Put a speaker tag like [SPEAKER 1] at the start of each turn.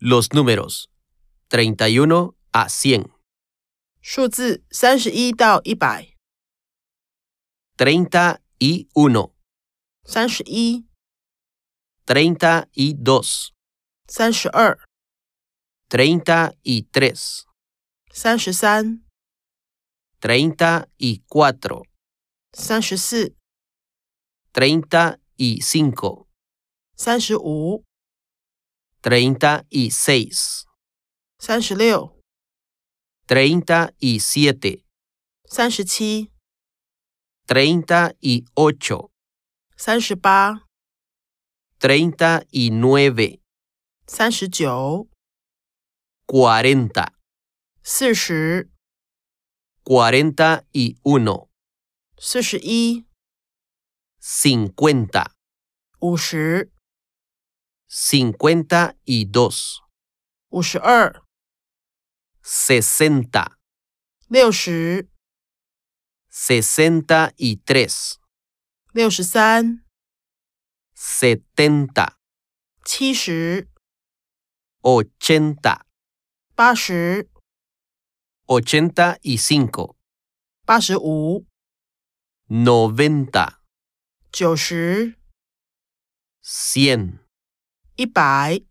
[SPEAKER 1] Los números 31 a 100.
[SPEAKER 2] 数字三十一到一百，
[SPEAKER 1] 31,
[SPEAKER 2] 三十一、
[SPEAKER 1] 32,
[SPEAKER 2] 三十二、
[SPEAKER 1] 33,
[SPEAKER 2] 三十三、
[SPEAKER 1] 34,
[SPEAKER 2] 三十四、
[SPEAKER 1] 35,
[SPEAKER 2] 三十五、
[SPEAKER 1] 36,
[SPEAKER 2] 三十六、
[SPEAKER 1] 37,
[SPEAKER 2] 三十七、
[SPEAKER 1] 38,
[SPEAKER 2] 三十八、
[SPEAKER 1] 39,
[SPEAKER 2] 三
[SPEAKER 1] 40, 41,
[SPEAKER 2] 十九、四十、四十一、
[SPEAKER 1] 50,
[SPEAKER 2] 五十、
[SPEAKER 1] 52,
[SPEAKER 2] 五十二、
[SPEAKER 1] 60.
[SPEAKER 2] 六十、
[SPEAKER 1] 63,
[SPEAKER 2] 六十三、
[SPEAKER 1] 70,
[SPEAKER 2] 七十、
[SPEAKER 1] 80,
[SPEAKER 2] 八十、
[SPEAKER 1] 85,
[SPEAKER 2] 八十五、
[SPEAKER 1] 90,
[SPEAKER 2] 九十、
[SPEAKER 1] 100,
[SPEAKER 2] 一百。